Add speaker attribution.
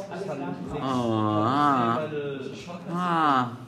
Speaker 1: 哦啊啊！